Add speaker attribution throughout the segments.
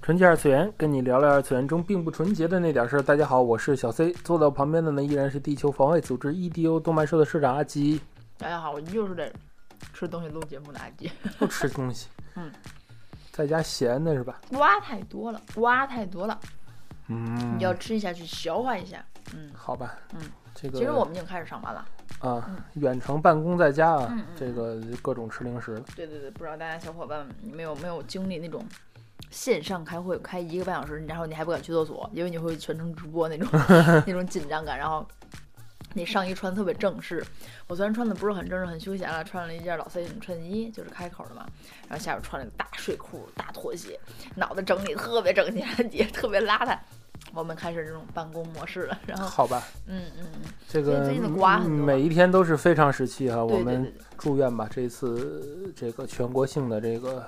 Speaker 1: 纯洁二次元，跟你聊聊二次元中并不纯洁的那点事儿。大家好，我是小 C，坐到旁边的呢依然是地球防卫组织 EDO 动漫社的社长阿基。
Speaker 2: 大家好，我又是在吃东西录节目的阿吉。
Speaker 1: 不吃东西，
Speaker 2: 嗯，
Speaker 1: 在家闲的是吧？
Speaker 2: 瓜太多了，瓜太多了，
Speaker 1: 嗯
Speaker 2: 你要吃一下去消化一下。嗯，
Speaker 1: 好吧，
Speaker 2: 嗯，
Speaker 1: 这个
Speaker 2: 其实我们已经开始上班了。
Speaker 1: 啊，远程办公在家啊，
Speaker 2: 嗯嗯
Speaker 1: 这个各种吃零食了。
Speaker 2: 对对对，不知道大家小伙伴们有没有没有经历那种线上开会开一个半小时，然后你还不敢去厕所，因为你会全程直播那种那种紧张感，然后。你上衣穿得特别正式，我虽然穿的不是很正式，很休闲啊，穿了一件老 C 那种衬衣，就是开口的嘛，然后下边穿了个大睡裤、大拖鞋，脑袋整理得特别整齐， 也特别邋遢。我们开始这种办公模式了，然后，
Speaker 1: 好吧，
Speaker 2: 嗯嗯嗯，
Speaker 1: 这个嗯
Speaker 2: 最近的瓜很多
Speaker 1: 每一天都是非常时期哈、我
Speaker 2: 对对对
Speaker 1: 们
Speaker 2: 对，
Speaker 1: 祝愿吧，这次这个全国性的这个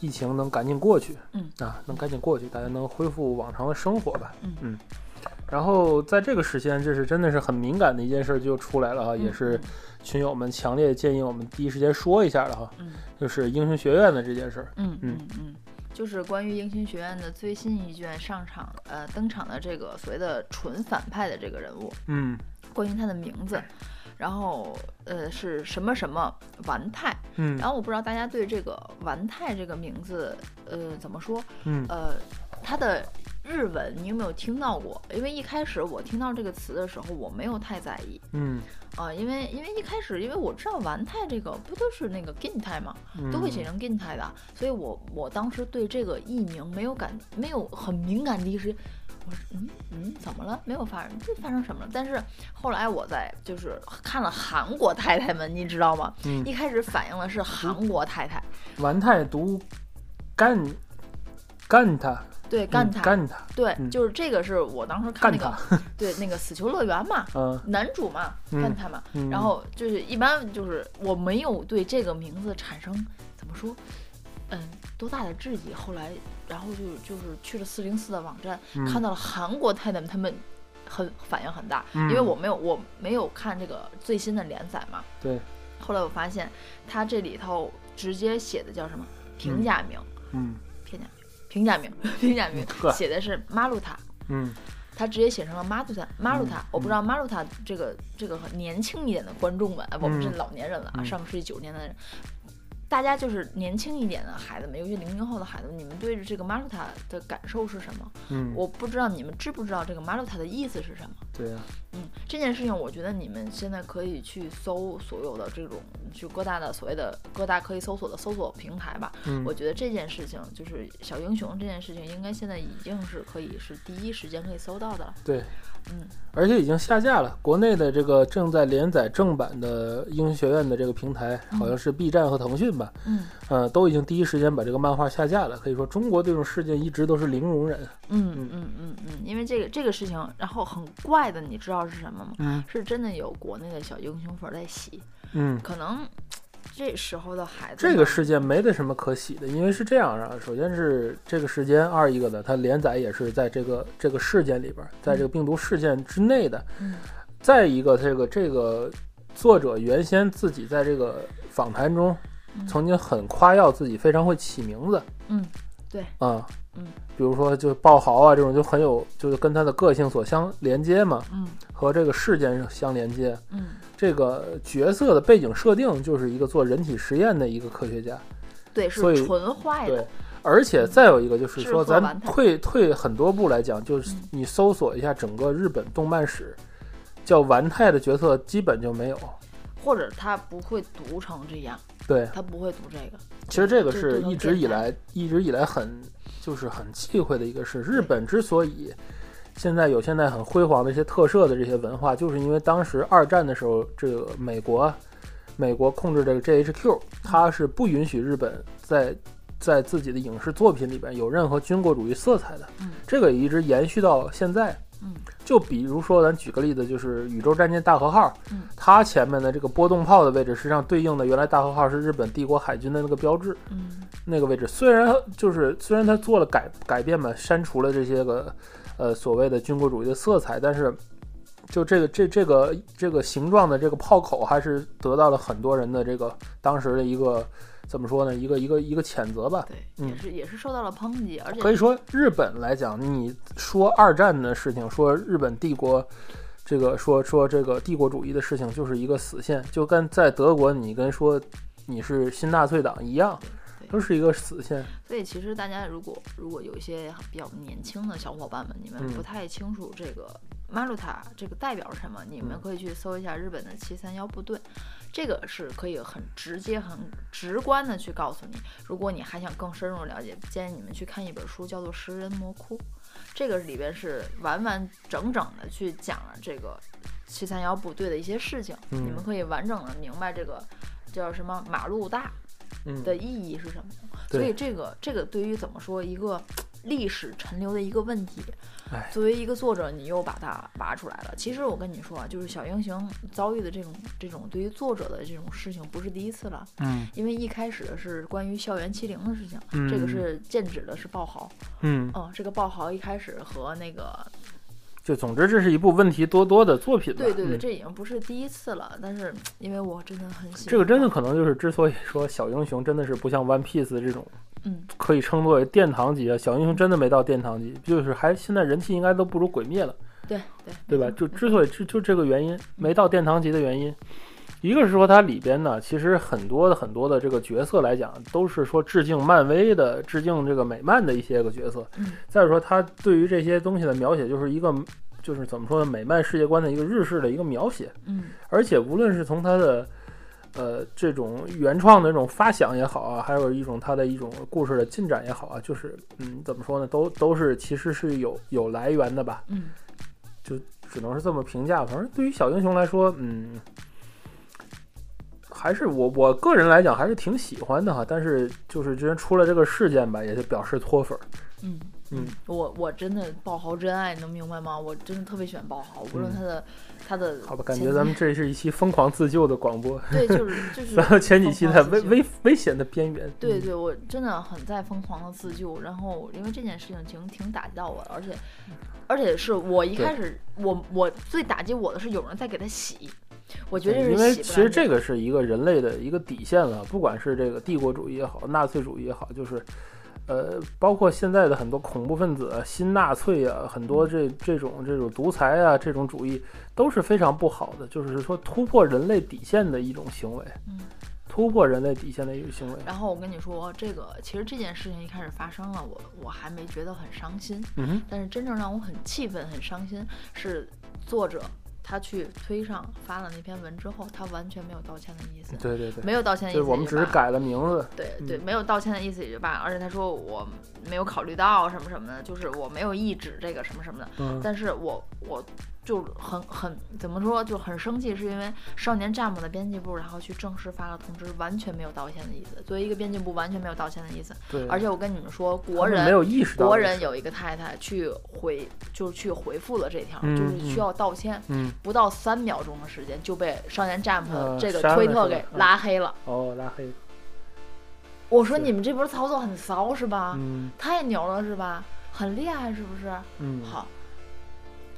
Speaker 1: 疫情能赶紧过去，
Speaker 2: 嗯
Speaker 1: 啊，能赶紧过去，大家能恢复往常的生活吧，
Speaker 2: 嗯
Speaker 1: 然后在这个时间，这是真的是很敏感的一件事就出来了
Speaker 2: 嗯
Speaker 1: 哈，也是群友们强烈建议我们第一时间说一下的哈，
Speaker 2: 嗯，
Speaker 1: 就是英雄学院的这件事儿，
Speaker 2: 嗯
Speaker 1: 嗯
Speaker 2: 嗯嗯，就是关于英雄学院的最新一卷上场呃登场的这个所谓的纯反派的这个人物，
Speaker 1: 嗯
Speaker 2: 关于他的名字，然后呃是什么什么丸太，
Speaker 1: 嗯
Speaker 2: 然后我不知道大家对这个丸太这个名字呃怎么说，
Speaker 1: 嗯
Speaker 2: 呃它的。日文你有没有听到过？因为一开始我听到这个词的时候，我没有太在意
Speaker 1: 嗯
Speaker 2: 啊、因为因为一开始因为我知道丸太这个不都是那个 gin 太吗？
Speaker 1: 嗯，
Speaker 2: 都会写成 gin 台的，所以我我当时对这个艺名没有感，没有很敏感的一时间，我说嗯嗯怎么了？没有发生，这发生什么了？但是后来我在就是看了韩国太太们，你知道吗？
Speaker 1: 嗯
Speaker 2: 一开始反映的是韩国太太，
Speaker 1: 丸太读干干他
Speaker 2: 对干
Speaker 1: 他
Speaker 2: 太，
Speaker 1: 干他
Speaker 2: 对，
Speaker 1: 嗯
Speaker 2: 就是这个是我当时看
Speaker 1: 干
Speaker 2: 那个
Speaker 1: 他，
Speaker 2: 对那个死囚乐园嘛，
Speaker 1: 嗯
Speaker 2: 男主嘛，
Speaker 1: 嗯
Speaker 2: 干他嘛，
Speaker 1: 嗯，
Speaker 2: 然后就是一般就是我没有对这个名字产生怎么说，嗯，多大的质疑。后来，然后就就是去了四零四的网站，
Speaker 1: 嗯
Speaker 2: 看到了韩国太太们他们很反应很大，因为
Speaker 1: 嗯
Speaker 2: 我没有我没有看这个最新的连载嘛。
Speaker 1: 对。
Speaker 2: 后来我发现他这里头直接写的叫什么评价名，
Speaker 1: 嗯
Speaker 2: 评价名，评价名， 评价名
Speaker 1: 呵
Speaker 2: 写的是马路塔。
Speaker 1: 嗯
Speaker 2: 他直接写成了马鲁塔，马鲁塔
Speaker 1: 嗯，
Speaker 2: 我不知道马鲁塔这个这个很年轻一点的观众们，啊我们是
Speaker 1: 嗯
Speaker 2: 老年人了啊，
Speaker 1: 嗯
Speaker 2: 上个世纪九十年代的人，大家就是年轻一点的孩子们，尤其零零后的孩子们，你们对这个马鲁塔的感受是什么？
Speaker 1: 嗯，
Speaker 2: 我不知道你们知不知道这个马鲁塔的意思是什么。
Speaker 1: 对啊呀，
Speaker 2: 嗯，这件事情我觉得你们现在可以去搜所有的这种去各大的所谓的各大可以搜索的搜索平台吧。
Speaker 1: 嗯
Speaker 2: 我觉得这件事情就是小英雄这件事情，应该现在已经是可以是第一时间可以搜到的了。
Speaker 1: 对，
Speaker 2: 嗯。
Speaker 1: 而且已经下架了。国内的这个正在连载正版的《英雄学院》的这个平台，好像是 B 站和腾讯吧，
Speaker 2: 嗯
Speaker 1: 呃，都已经第一时间把这个漫画下架了。可以说，中国对这种事件一直都是零容忍。
Speaker 2: 嗯嗯嗯嗯，因为这个这个事情，然后很怪的，你知道是什么吗？
Speaker 1: 嗯
Speaker 2: 是真的有国内的小英雄粉儿在洗，
Speaker 1: 嗯，
Speaker 2: 可能这时候的孩子
Speaker 1: 这个
Speaker 2: 嘛
Speaker 1: 事件没得什么可喜的，因为是这样啊。首先是这个时间，二一个呢，它连载也是在这个这个事件里边，在这个病毒事件之内的。
Speaker 2: 嗯
Speaker 1: 再一个，这个这个作者原先自己在这个访谈中
Speaker 2: 嗯
Speaker 1: 曾经很夸耀自己非常会起名字
Speaker 2: 嗯对
Speaker 1: 啊，
Speaker 2: 嗯，
Speaker 1: 比如说就爆豪啊这种就很有，就是跟他的个性所相连接嘛，
Speaker 2: 嗯
Speaker 1: 和这个事件相连接。
Speaker 2: 嗯
Speaker 1: 这个角色的背景设定就是一个做人体实验的一个科学家，
Speaker 2: 对
Speaker 1: 所以
Speaker 2: 是纯坏
Speaker 1: 对
Speaker 2: 的，。
Speaker 1: 而且再有一个就是
Speaker 2: 哎嗯是
Speaker 1: 说，
Speaker 2: 做
Speaker 1: 咱
Speaker 2: 完
Speaker 1: 们
Speaker 2: 它
Speaker 1: 退退很多步来讲，就是
Speaker 2: 嗯
Speaker 1: 你搜索一下整个日本动漫史，叫丸太的角色基本就没有。
Speaker 2: 或者他不会读成这样，
Speaker 1: 对，
Speaker 2: 他不会读这个。
Speaker 1: 其实这个
Speaker 2: 就是读成
Speaker 1: 一直以
Speaker 2: 变态
Speaker 1: 来一直以来很就是很忌讳的一个事。日本之所以现在有现在很辉煌的一些特摄的这些文化，就是因为当时二战的时候，这个
Speaker 2: 嗯
Speaker 1: 美国美国控制这个 GHQ，它是不允许日本在在自己的影视作品里边有任何军国主义色彩的，
Speaker 2: 嗯
Speaker 1: 这个也一直延续到现在。
Speaker 2: 嗯，
Speaker 1: 就比如说，咱举个例子，就是宇宙战舰大和号，
Speaker 2: 嗯
Speaker 1: 它前面的这个波动炮的位置，实际上对应的原来大和号是日本帝国海军的那个标志，
Speaker 2: 嗯
Speaker 1: 那个位置虽然就是虽然它做了改改变嘛，删除了这些个呃所谓的军国主义的色彩，但是就这个这这个这个形状的这个炮口还是得到了很多人的这个当时的一个怎么说呢，一个一个一个谴责吧。
Speaker 2: 对，
Speaker 1: 嗯
Speaker 2: 也是也是受到了抨击，而且
Speaker 1: 可以说日本来讲，你说二战的事情，说日本帝国。这个说说这个帝国主义的事情就是一个死线，就跟在德国你跟说你是新纳粹党一样，
Speaker 2: 对
Speaker 1: 都是一个死线。
Speaker 2: 所以其实大家如果如果有一些比较年轻的小伙伴们，你们
Speaker 1: 嗯
Speaker 2: 不太清楚这个马鲁塔这个代表是什么，你们
Speaker 1: 嗯
Speaker 2: 可以去搜一下日本的七三幺部队，这个是可以很直接、很直观的去告诉你。如果你还想更深入了解，建议你们去看一本书，叫做《食人魔窟》，这个里边是完完整整的去讲了这个七三幺部队的一些事情，
Speaker 1: 嗯
Speaker 2: 你们可以完整的明白这个叫什么马路大。
Speaker 1: 嗯，
Speaker 2: 的意义是什么？
Speaker 1: 对
Speaker 2: 所以这个这个对于怎么说一个历史陈留的一个问题
Speaker 1: 哎，
Speaker 2: 作为一个作者，你又把它拔出来了。其实我跟你说啊，就是小英雄遭遇的这种这种对于作者的这种事情不是第一次了，
Speaker 1: 嗯
Speaker 2: 因为一开始是关于校园欺凌的事情，
Speaker 1: 嗯
Speaker 2: 这个是剑指的是鲍豪，
Speaker 1: 嗯，
Speaker 2: 嗯，这个鲍豪一开始和那个
Speaker 1: 就总之这是一部问题多多的作品吧。
Speaker 2: 对对对，
Speaker 1: 嗯
Speaker 2: 这已经不是第一次了，但是因为我真的很喜欢
Speaker 1: 这个真的可能就是之所以说小英雄真的是不像 One Piece 这种
Speaker 2: 嗯
Speaker 1: 可以称作为殿堂级啊，小英雄真的没到殿堂级，就是还现在人气应该都不如鬼灭了，
Speaker 2: 对对
Speaker 1: 对吧？
Speaker 2: 嗯
Speaker 1: 就之所以就就这个原因没到殿堂级的原因。一个是说它里边呢，其实很多的很多的这个角色来讲，都是说致敬漫威的、致敬这个美漫的一些个角色。
Speaker 2: 嗯
Speaker 1: 再说他对于这些东西的描写，就是一个就是怎么说呢，美漫世界观的一个日式的一个描写。
Speaker 2: 嗯
Speaker 1: 而且无论是从他的呃这种原创的这种发想也好啊，还有一种他的一种故事的进展也好啊，就是嗯怎么说呢，都都是其实是有有来源的吧，
Speaker 2: 嗯
Speaker 1: 只能是这么评价。反正对于小英雄来说，嗯。还是我我个人来讲还是挺喜欢的哈，但是就是之前出了这个事件吧，也就表示脱粉儿。
Speaker 2: 嗯
Speaker 1: 嗯，
Speaker 2: 我我真的爆豪真爱，你能明白吗？我真的特别喜欢爆豪，无
Speaker 1: 嗯
Speaker 2: 论他的、他的
Speaker 1: 好吧，感
Speaker 2: 前
Speaker 1: 觉
Speaker 2: 几
Speaker 1: 咱们这是一期疯狂自救的广 播。
Speaker 2: 对，就是就是
Speaker 1: 然后前几期在危
Speaker 2: 疯狂自救
Speaker 1: 危危险的边缘。
Speaker 2: 对对，我真的很在疯狂的自救，然后因为这件事情挺挺打击到我的，而且而且是我一
Speaker 1: 嗯对
Speaker 2: 开始我我最打击我的是有人在给他洗，我觉
Speaker 1: 对，
Speaker 2: 得这
Speaker 1: 因
Speaker 2: 是
Speaker 1: 为
Speaker 2: 洗不
Speaker 1: 其实
Speaker 2: 干
Speaker 1: 这
Speaker 2: 净。
Speaker 1: 个是一个人类的一个底线了，不管是这个帝国主义也好，纳粹主义也好，就是。呃，包括现在的很多恐怖分子、啊、新纳粹啊，很多
Speaker 2: 嗯
Speaker 1: 这这种这种独裁啊，这种主义都是非常不好的，就是说突破人类底线的一种行为，
Speaker 2: 嗯
Speaker 1: 突破人类底线的一种行为。
Speaker 2: 然后我跟你说，这个其实这件事情一开始发生了，我我还没觉得很伤心，
Speaker 1: 嗯哼，
Speaker 2: 但是真正让我很气愤、很伤心是作者他去推上发了那篇文之后，他完全没有道歉的意思，
Speaker 1: 对对对，
Speaker 2: 没有道歉的
Speaker 1: 就
Speaker 2: 意
Speaker 1: 是
Speaker 2: 思也就罢了，
Speaker 1: 我们只是改了名字，
Speaker 2: 对
Speaker 1: 嗯
Speaker 2: 对，没有道歉的意思也就罢了，而且他说我没有考虑到什么什么的，就是我没有意指这个什么什么的，
Speaker 1: 嗯，
Speaker 2: 但是我我就很很怎么说就很生气，是因为《少年丈夫》的编辑部然后去正式发了通知，完全没有道歉的意思，作为一个编辑部完全没有道歉的意思，
Speaker 1: 对，
Speaker 2: 而且我跟你们说，
Speaker 1: 他
Speaker 2: 国
Speaker 1: 们
Speaker 2: 人
Speaker 1: 没有意识到
Speaker 2: 国
Speaker 1: 这个
Speaker 2: 人
Speaker 1: 事，
Speaker 2: 有一个太太去回，就是去回复了这条，
Speaker 1: 嗯
Speaker 2: 就是需要道歉，
Speaker 1: 嗯，
Speaker 2: 不到三秒钟的时间就被少年 Jump
Speaker 1: 呃
Speaker 2: 这个
Speaker 1: 删了
Speaker 2: 推
Speaker 1: 是
Speaker 2: 特
Speaker 1: 吧
Speaker 2: 给
Speaker 1: 嗯
Speaker 2: 拉黑了。
Speaker 1: 哦，拉黑，
Speaker 2: 我说
Speaker 1: 是
Speaker 2: 你们这波操作很骚是吧？
Speaker 1: 嗯
Speaker 2: 太牛了是吧？很厉害是不是？
Speaker 1: 嗯，
Speaker 2: 好。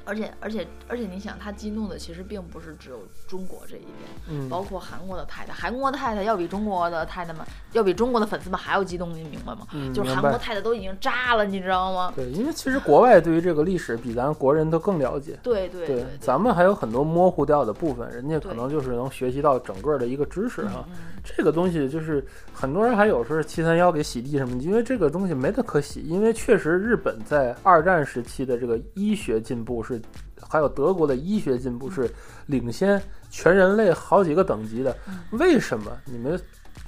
Speaker 2: 而且而且而且，你想，他激怒的其实并不是只有中国这一边，
Speaker 1: 嗯，
Speaker 2: 包括韩国的太太，韩国的太太要比中国的太太们，要比中国的粉丝们还要激动，你明白吗？
Speaker 1: 嗯
Speaker 2: 就是
Speaker 1: 明
Speaker 2: 韩
Speaker 1: 白
Speaker 2: 国太太都已经炸了，你知道吗？
Speaker 1: 对，因为其实国外对于这个历史比咱国人都更了解。
Speaker 2: 对对对对
Speaker 1: 咱们还有很多模糊掉的部分，人家可
Speaker 2: 对
Speaker 1: 能就是能学习到整个的一个知识啊。
Speaker 2: 嗯嗯
Speaker 1: 这个东西就是很多人还有说是七三幺给洗地什么的，因为这个东西没得可洗，因为确实日本在二战时期的这个医学进步是，还有德国的医学进步是领先全人类好几个等级的。
Speaker 2: 嗯
Speaker 1: 为什么？你们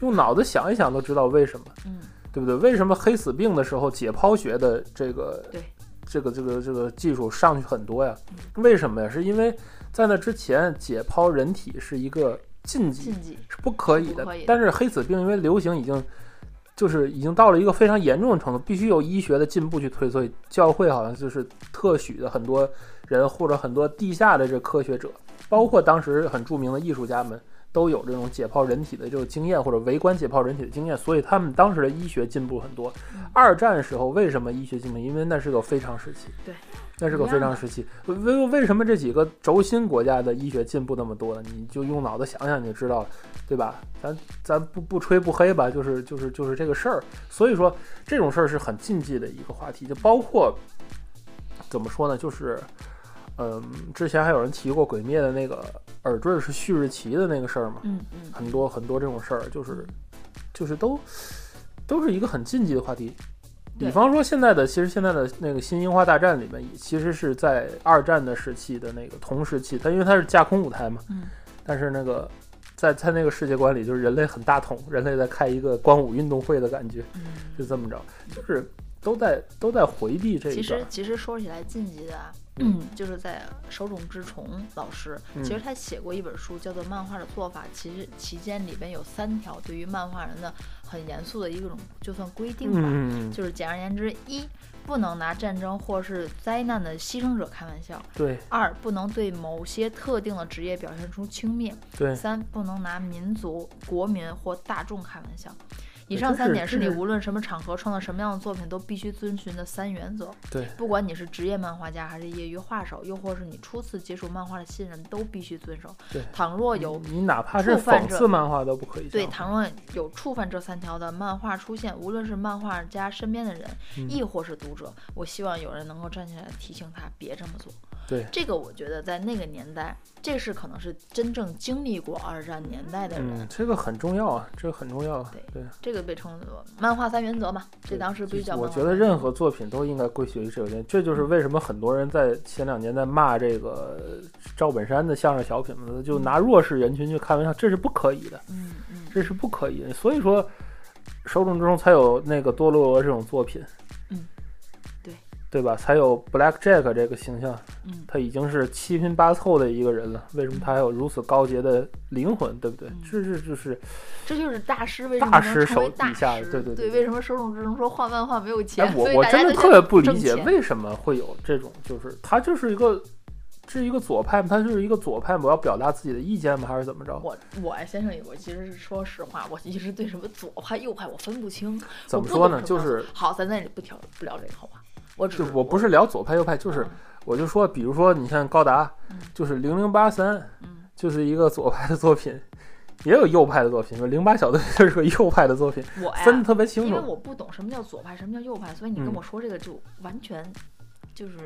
Speaker 1: 用脑子想一想都知道为什么。
Speaker 2: 嗯，
Speaker 1: 对不对？为什么黑死病的时候解剖学的这个
Speaker 2: 对
Speaker 1: 这个这个这个技术上去很多呀？为什么呀？是因为在那之前解剖人体是一个禁忌，
Speaker 2: 禁忌，
Speaker 1: 是不可以的。
Speaker 2: 不可以的
Speaker 1: 但是黑死病因为流行已经就是已经到了一个非常严重的程度，必须有医学的进步去推。所以教会好像就是特许的很多人或者很多地下的这科学者，包括当时很著名的艺术家们，都有这种解剖人体的这个经验或者围观解剖人体的经验，所以他们当时的医学进步很多。二战时候为什么医学进步？因为那是个非常时期。
Speaker 2: 对。
Speaker 1: 那是个非常时期，为为什么这几个轴心国家的医学进步那么多呢？你就用脑子想想你就知道了，对吧？咱咱不不吹不黑吧，就是就是就是这个事儿。所以说这种事儿是很禁忌的一个话题，就包括怎么说呢？就是嗯，之前还有人提过《鬼灭》的那个耳坠是旭日旗的那个事儿嘛，
Speaker 2: 嗯嗯，
Speaker 1: 很多很多这种事儿，就是就是都都是一个很禁忌的话题。
Speaker 2: 对
Speaker 1: 比方说现在的，其实现在的那个新樱花大战里面，其实是在二战的时期的那个同时期，它因为它是架空舞台嘛，
Speaker 2: 嗯
Speaker 1: 但是那个在在那个世界观里，就是人类很大统，人类在开一个光武运动会的感觉，
Speaker 2: 嗯，
Speaker 1: 是这么着，就是都在都在回避这
Speaker 2: 其
Speaker 1: 一段
Speaker 2: 实
Speaker 1: 儿，
Speaker 2: 其实说起来晋级的啊，
Speaker 1: 嗯
Speaker 2: 嗯，就是在手冢治虫老师，
Speaker 1: 嗯
Speaker 2: 其实他写过一本书，叫做《漫画的做法》，其实期间里边有三条对于漫画人的很严肃的一种就算规定吧，
Speaker 1: 嗯，
Speaker 2: 就是简而言之，一不能拿战争或是灾难的牺牲者开玩笑；
Speaker 1: 对
Speaker 2: 二不能对某些特定的职业表现出轻蔑；
Speaker 1: 对，
Speaker 2: 三不能拿民族、国民或大众开玩笑。以
Speaker 1: 对
Speaker 2: 上
Speaker 1: 这
Speaker 2: 三
Speaker 1: 是
Speaker 2: 点
Speaker 1: 这
Speaker 2: 是你
Speaker 1: 是
Speaker 2: 无论什么场合创造什么样的作品都必须遵循的三原则。
Speaker 1: 对，
Speaker 2: 不管你是职业漫画家还是业余画手，又或是你初次接触漫画的新人，都必须遵守
Speaker 1: 对。嗯
Speaker 2: 倘若有
Speaker 1: 你哪怕是
Speaker 2: 触犯
Speaker 1: 讽
Speaker 2: 者
Speaker 1: 刺漫画都不可以这
Speaker 2: 对，
Speaker 1: 样嗯
Speaker 2: 倘若有触犯这三条的漫画出现，无论是漫画家身边的人，
Speaker 1: 嗯
Speaker 2: 亦或是读者，我希望有人能够站起来提醒他别这么做。
Speaker 1: 对
Speaker 2: 这个我觉得在那个年代，这是可能是真正经历过二战年代的人，
Speaker 1: 嗯，这个很重要啊，这个很重要啊，对。
Speaker 2: 这个被称作漫画三原则嘛，这
Speaker 1: 对
Speaker 2: 当时不
Speaker 1: 就是
Speaker 2: 叫漫
Speaker 1: 我
Speaker 2: 画嗯
Speaker 1: 觉得任何作品都应该归结于这个原因，这就是为什么很多人在前两年在骂这个赵本山的相声小品嘛，就拿弱势人群去开玩笑，这是不可以的，
Speaker 2: 嗯嗯
Speaker 1: 这是不可以的。所以说，手冢之中才有那个多罗罗这种作品，
Speaker 2: 嗯，对，
Speaker 1: 对吧？才有 Black Jack 这个形象，
Speaker 2: 嗯，
Speaker 1: 他已经是七拼八凑的一个人了，为什么他还有如此高洁的灵魂，对不对
Speaker 2: 嗯？
Speaker 1: 这是就是
Speaker 2: 这就是大师为什么
Speaker 1: 大
Speaker 2: 能
Speaker 1: 师
Speaker 2: 成为
Speaker 1: 手
Speaker 2: 大
Speaker 1: 底下
Speaker 2: 师
Speaker 1: 对对对
Speaker 2: 为什么手冢治虫说画漫画没有钱
Speaker 1: 哎，，我
Speaker 2: 啊所以
Speaker 1: 我
Speaker 2: 大家
Speaker 1: 真的
Speaker 2: 都
Speaker 1: 特别不理
Speaker 2: 挣
Speaker 1: 解
Speaker 2: 钱
Speaker 1: 为什么会有这种，就是他就是一个，这是一个左派吗，他就是一个左派吗，我要表达自己的意见吗，还是怎么着？
Speaker 2: 我我哎先生，我其实是说实话，我一直对什么左派右派我分不清。
Speaker 1: 怎
Speaker 2: 我
Speaker 1: 么
Speaker 2: 不
Speaker 1: 说
Speaker 2: 懂
Speaker 1: 呢？
Speaker 2: 什
Speaker 1: 就
Speaker 2: 么
Speaker 1: 是
Speaker 2: 好，咱那里不聊不聊这个好吧？我只
Speaker 1: 就是我不是聊左派右派，就是
Speaker 2: 嗯
Speaker 1: 我就说，比如说你看高达
Speaker 2: 嗯，
Speaker 1: 就是零零八三
Speaker 2: 嗯，
Speaker 1: 就是一个左派的作品，也有右派的作品，零八小队就是个右派的作品，
Speaker 2: 我哎呀，
Speaker 1: 分得特别清
Speaker 2: 因为
Speaker 1: 楚。
Speaker 2: 我不懂什么叫左派，什么叫右派，所以你跟
Speaker 1: 嗯
Speaker 2: 我说这个就完全就是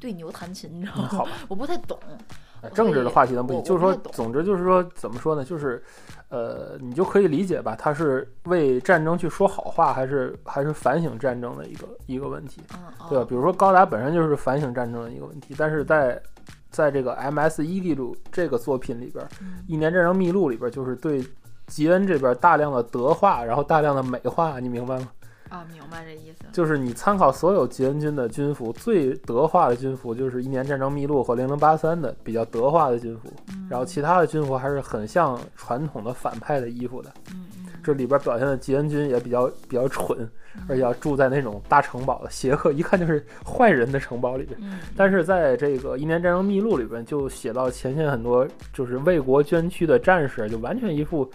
Speaker 2: 对牛弹琴，你知道
Speaker 1: 嗯
Speaker 2: 吗？
Speaker 1: 好吧，
Speaker 2: 我不太懂。
Speaker 1: 呃政治的话题咱不
Speaker 2: 我
Speaker 1: 提，就
Speaker 2: 我
Speaker 1: 是
Speaker 2: 不
Speaker 1: 说
Speaker 2: 太懂，
Speaker 1: 总之就是说，怎么说呢？就是，呃，你就可以理解吧，他是为战争去说好话，还是还是反省战争的一个一个问题，
Speaker 2: 嗯，
Speaker 1: 对吧？
Speaker 2: 嗯
Speaker 1: 比如说高达本身就是反省战争的一个问题，但是在在这个 M.S. 伊利鲁这个作品里边，《
Speaker 2: 嗯
Speaker 1: 一年战争秘录》里边，就是对吉恩这边大量的德化，然后大量的美化，你明白吗？
Speaker 2: 啊，明白这意思。
Speaker 1: 就是你参考所有吉恩军的军服，最德化的军服就是《一年战争秘录》和《零零八三》的比较德化的军服。
Speaker 2: 嗯
Speaker 1: 然后其他的军服还是很像传统的反派的衣服的。
Speaker 2: 嗯嗯，
Speaker 1: 这里边表现的吉恩军也比较比较蠢，而且要住在那种大城堡，邪恶一看就是坏人的城堡里边。
Speaker 2: 嗯，
Speaker 1: 但是在这个《一年战争秘录》里边，就写到前线很多就是为国捐躯的战士，就完全一副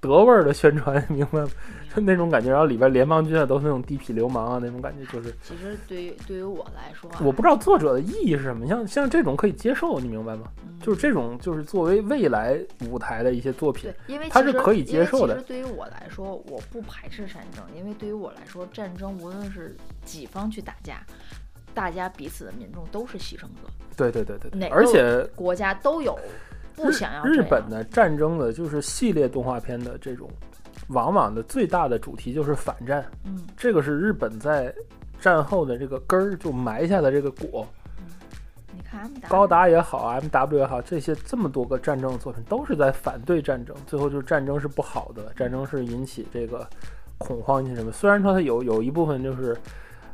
Speaker 1: 德味儿的宣传，明白吗？就那种感觉。然后里边联邦军啊，都是那种地痞流氓啊，那种感觉就是
Speaker 2: 其实对于对于我来说啊，
Speaker 1: 我不知道作者的意义是什么。像像这种可以接受，你明白吗？
Speaker 2: 嗯
Speaker 1: 就是这种就是作为未来舞台的一些作品
Speaker 2: 对，，因为
Speaker 1: 它
Speaker 2: 其
Speaker 1: 是
Speaker 2: 实
Speaker 1: 可以
Speaker 2: 因
Speaker 1: 接
Speaker 2: 为
Speaker 1: 受的
Speaker 2: 其实对于我来说，我不排斥战争，因为对于我来说，战争无论是几方去打架，大家彼此的民众都是牺牲者，
Speaker 1: 对对对对对，
Speaker 2: 哪
Speaker 1: 而
Speaker 2: 个
Speaker 1: 且
Speaker 2: 国家都有不
Speaker 1: 日
Speaker 2: 想要
Speaker 1: 日
Speaker 2: 这
Speaker 1: 本
Speaker 2: 样
Speaker 1: 的战争的，就是系列动画片的这种，往往的最大的主题就是反战，
Speaker 2: 嗯
Speaker 1: 这个是日本在战后的这个根儿就埋下的这个果。
Speaker 2: 你看他们打
Speaker 1: 高达也好，M W 也好，这些这么多个战争的作品都是在反对战争，最后就是战争是不好的，战争是引起这个恐慌性什么。虽然说它有有一部分就是。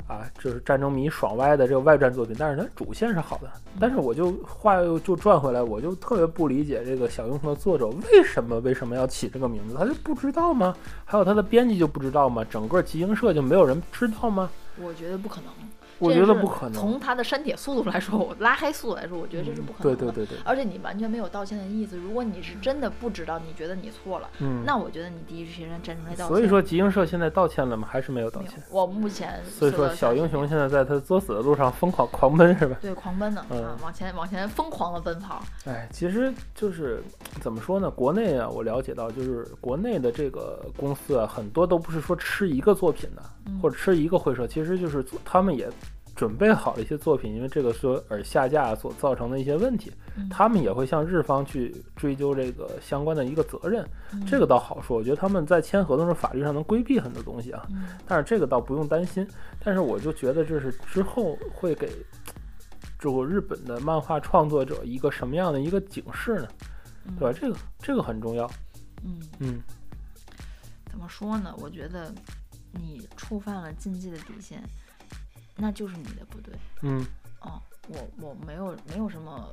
Speaker 1: 啊，就是战争迷爽歪的这个外传作品，但是它主线是好的。但是我就话又就转回来，我就特别不理解这个小樱桃的作者为什么为什么要起这个名字，他就不知道吗？还有他的编辑就不知道吗？整个集英社就没有人知道吗？
Speaker 2: 我觉得不可能，
Speaker 1: 我
Speaker 2: 这
Speaker 1: 觉得
Speaker 2: 是
Speaker 1: 不可能嗯
Speaker 2: 从。他的删帖速度来说，我拉黑速度来说，我觉得这是不可
Speaker 1: 对
Speaker 2: 能的。呃
Speaker 1: 对对对，
Speaker 2: 而且你完全没有道歉的意思。如果你是真的不知道，你觉得你错了，
Speaker 1: 嗯，
Speaker 2: 那我觉得你第一时间站出来道歉。
Speaker 1: 所以说集英社现在道歉了吗？还是没有道
Speaker 2: 没有
Speaker 1: 歉？
Speaker 2: 我目前
Speaker 1: 所以
Speaker 2: 收到
Speaker 1: 说
Speaker 2: 的
Speaker 1: 小
Speaker 2: 消息
Speaker 1: 英
Speaker 2: 没有
Speaker 1: 雄现在在他作死的路上疯狂狂奔是吧？
Speaker 2: 对狂奔呢、
Speaker 1: 嗯
Speaker 2: 啊，往前往前疯狂的奔跑。
Speaker 1: 哎，其实就是怎么说呢？国内啊，我了解到，就是国内的这个公司啊，很多都不是说吃一个作品的，
Speaker 2: 嗯
Speaker 1: 或者吃一个会社，其实就是他们也准备好了一些作品，因为这个说而下架所造成的一些问题，
Speaker 2: 嗯
Speaker 1: 他们也会向日方去追究这个相关的一个责任。
Speaker 2: 嗯
Speaker 1: 这个倒好说，我觉得他们在签合同时法律上能规避很多东西啊。
Speaker 2: 嗯
Speaker 1: 但是这个倒不用担心。但是我就觉得这是之后会给这个日本的漫画创作者一个什么样的一个警示呢？
Speaker 2: 嗯
Speaker 1: 对吧？这个这个很重要。
Speaker 2: 嗯，
Speaker 1: 嗯
Speaker 2: 怎么说呢？我觉得你触犯了禁忌的底线，那就是你的不对。
Speaker 1: 嗯，
Speaker 2: 哦，我我没有没有什么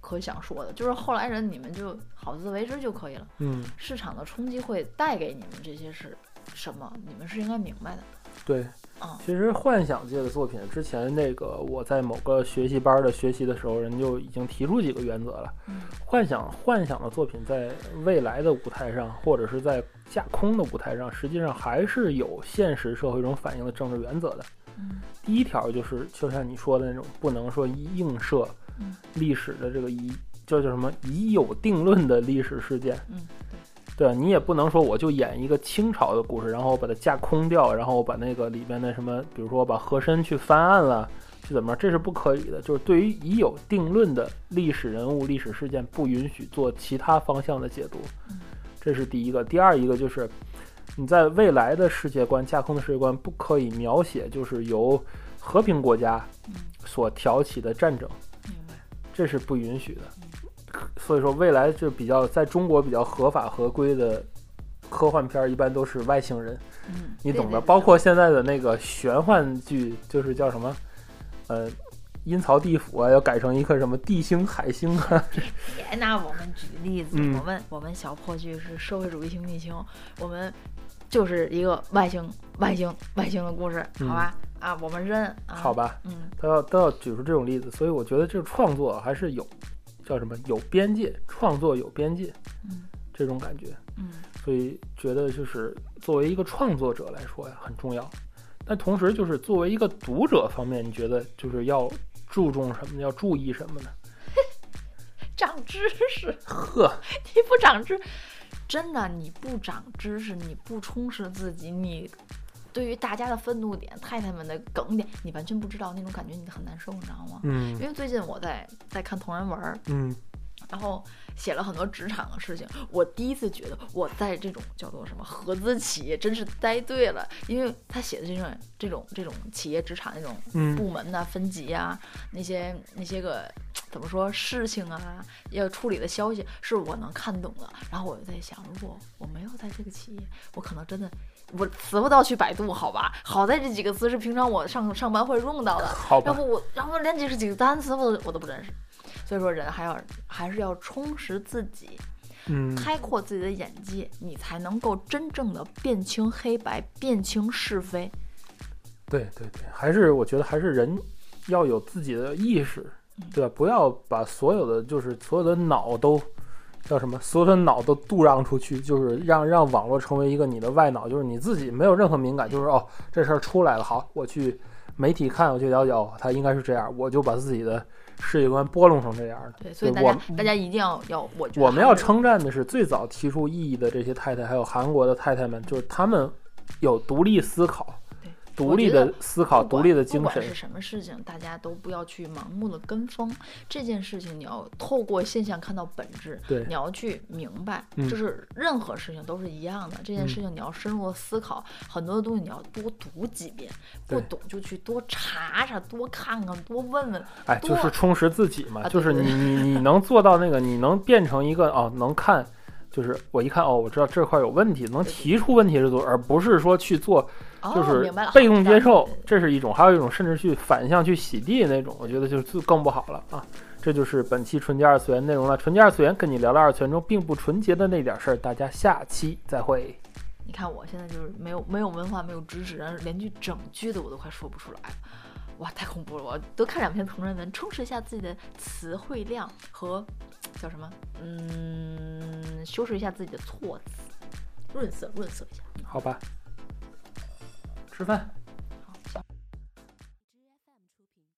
Speaker 2: 可想说的，就是后来人你们就好自为之就可以了。
Speaker 1: 嗯，
Speaker 2: 市场的冲击会带给你们这些是什么，你们是应该明白的。
Speaker 1: 对
Speaker 2: 嗯。
Speaker 1: 其实幻想界的作品，之前那个我在某个学习班的学习的时候，人就已经提出几个原则了。
Speaker 2: 嗯
Speaker 1: 幻想幻想的作品在未来的舞台上，或者是在架空的舞台上，实际上还是有现实社会中反映的政治原则的。
Speaker 2: 嗯
Speaker 1: 第一条就是，就像你说的那种，不能说映射
Speaker 2: 嗯
Speaker 1: 历史的这个已，这叫什么已有定论的历史事件，
Speaker 2: 嗯，对，
Speaker 1: 对吧？啊你也不能说我就演一个清朝的故事，然后我把它架空掉，然后我把那个里面的什么，比如说我把和珅去翻案了，去怎么着，这是不可以的。就是对于已有定论的历史人物、历史事件，不允许做其他方向的解读
Speaker 2: 嗯，
Speaker 1: 这是第一个。第二一个就是。你在未来的世界观、架空的世界观，不可以描写就是由和平国家
Speaker 2: 嗯，
Speaker 1: 所挑起的战争，
Speaker 2: 明白。
Speaker 1: 这是不允许的。所以说，未来就比较在中国比较合法合规的科幻片，儿，一般都是外星人，
Speaker 2: 嗯，
Speaker 1: 你
Speaker 2: 对
Speaker 1: 懂
Speaker 2: 对
Speaker 1: 的。
Speaker 2: 对
Speaker 1: 包括现在的那个玄幻剧，就是叫什么，呃，阴曹地府啊，要改成一个什么地星、海星啊，
Speaker 2: 别拿我们举例子，
Speaker 1: 嗯
Speaker 2: 我们我们小破剧是社会主义型逆行，我们就是一个外星外星外星的故事，
Speaker 1: 嗯
Speaker 2: 好吧？啊，我们认啊，
Speaker 1: 好，吧，
Speaker 2: 嗯
Speaker 1: 都要都要举出这种例子。所以我觉得这个创作还是有叫什么有边界，创作有边界
Speaker 2: 嗯
Speaker 1: 这种感觉。
Speaker 2: 嗯
Speaker 1: 所以觉得就是作为一个创作者来说呀，很重要。但同时，就是作为一个读者方面，你觉得就是要注重什么呢？要注意什么呢？
Speaker 2: 长知识，
Speaker 1: 呵，
Speaker 2: 你不长知，真的你不长知识，你不充实自己，你对于大家的愤怒点、太太们的梗点，你完全不知道那种感觉，你很难受，你知道吗？
Speaker 1: 嗯
Speaker 2: 因为最近我在在看同人文儿，
Speaker 1: 嗯
Speaker 2: 然后写了很多职场的事情。我第一次觉得我在这种叫做什么合资企业真是待对了，因为他写的这种这种这种企业职场那种
Speaker 1: 嗯
Speaker 2: 部门呐、分级啊，那些那些个怎么说事情啊，要处理的消息是我能看懂的。然后我就在想，如果我没有在这个企业，我可能真的我辞不到去百度，好吧？好在这几个词是平常我上上班会用到的，
Speaker 1: 好
Speaker 2: 然
Speaker 1: 吧
Speaker 2: 后，我，然后连几十几个单词我都我都不认识，所以说人还要还是要充实自己，
Speaker 1: 嗯
Speaker 2: 开阔自己的眼界，你才能够真正的辨清黑白，辨清是非。
Speaker 1: 对对对，还是我觉得还是人要有自己的意识，
Speaker 2: 嗯
Speaker 1: 对吧？不要把所有的就是所有的脑都叫什么，所有的脑都度让出去，就是让让网络成为一个你的外脑，就是你自己没有任何敏感，就是哦这事儿出来了，好，我去媒体看，我去了解，哦，他应该是这样，我就把自己的世界观拨弄成这样的。
Speaker 2: 对，所以大
Speaker 1: 对我
Speaker 2: 家大家一定要要，我觉得
Speaker 1: 我们要
Speaker 2: 还是
Speaker 1: 称赞的是最早提出异议的这些太太，还有韩国的太太们，就是他们有独立思考
Speaker 2: 对、
Speaker 1: 独
Speaker 2: 我
Speaker 1: 立
Speaker 2: 觉得
Speaker 1: 的思考、
Speaker 2: 不
Speaker 1: 独
Speaker 2: 管
Speaker 1: 立的精
Speaker 2: 不
Speaker 1: 神
Speaker 2: 管是。什么事情，大家都不要去盲目的跟风。这件事情你要透过现象看到本质，
Speaker 1: 对
Speaker 2: 你要去明白，
Speaker 1: 嗯
Speaker 2: 就是任何事情都是一样的。这件事情你要深入的思考，很多的东西你要多读几遍，不
Speaker 1: 对
Speaker 2: 懂就去多查查、多看看、多问问。
Speaker 1: 哎，就
Speaker 2: 多
Speaker 1: 是充实自己嘛，
Speaker 2: 啊
Speaker 1: 就是
Speaker 2: 对
Speaker 1: 你
Speaker 2: 对
Speaker 1: 你你能做到那个，你能变成一个哦，能看，就是我一看哦，我知道这块有问题，能
Speaker 2: 对对
Speaker 1: 提出问题是做，而不是说去做
Speaker 2: 哦，
Speaker 1: 就是
Speaker 2: 明白了
Speaker 1: 被动接受
Speaker 2: 好明白了，
Speaker 1: 这是一种；还有一种甚至去反向去洗地那种，我觉得就就更不好了啊。这就是本期纯洁二次元内容了。纯洁二次元跟你聊聊二次元中并不纯洁的那点事儿，大家下期再会。
Speaker 2: 你看我现在就是没有没有文化，没有知识，然后连句整句的我都快说不出来了，哇，太恐怖了！我多看两篇同人文，充实一下自己的词汇量和叫什么？嗯，修饰一下自己的措辞，润色润色一下。
Speaker 1: 好吧，吃饭。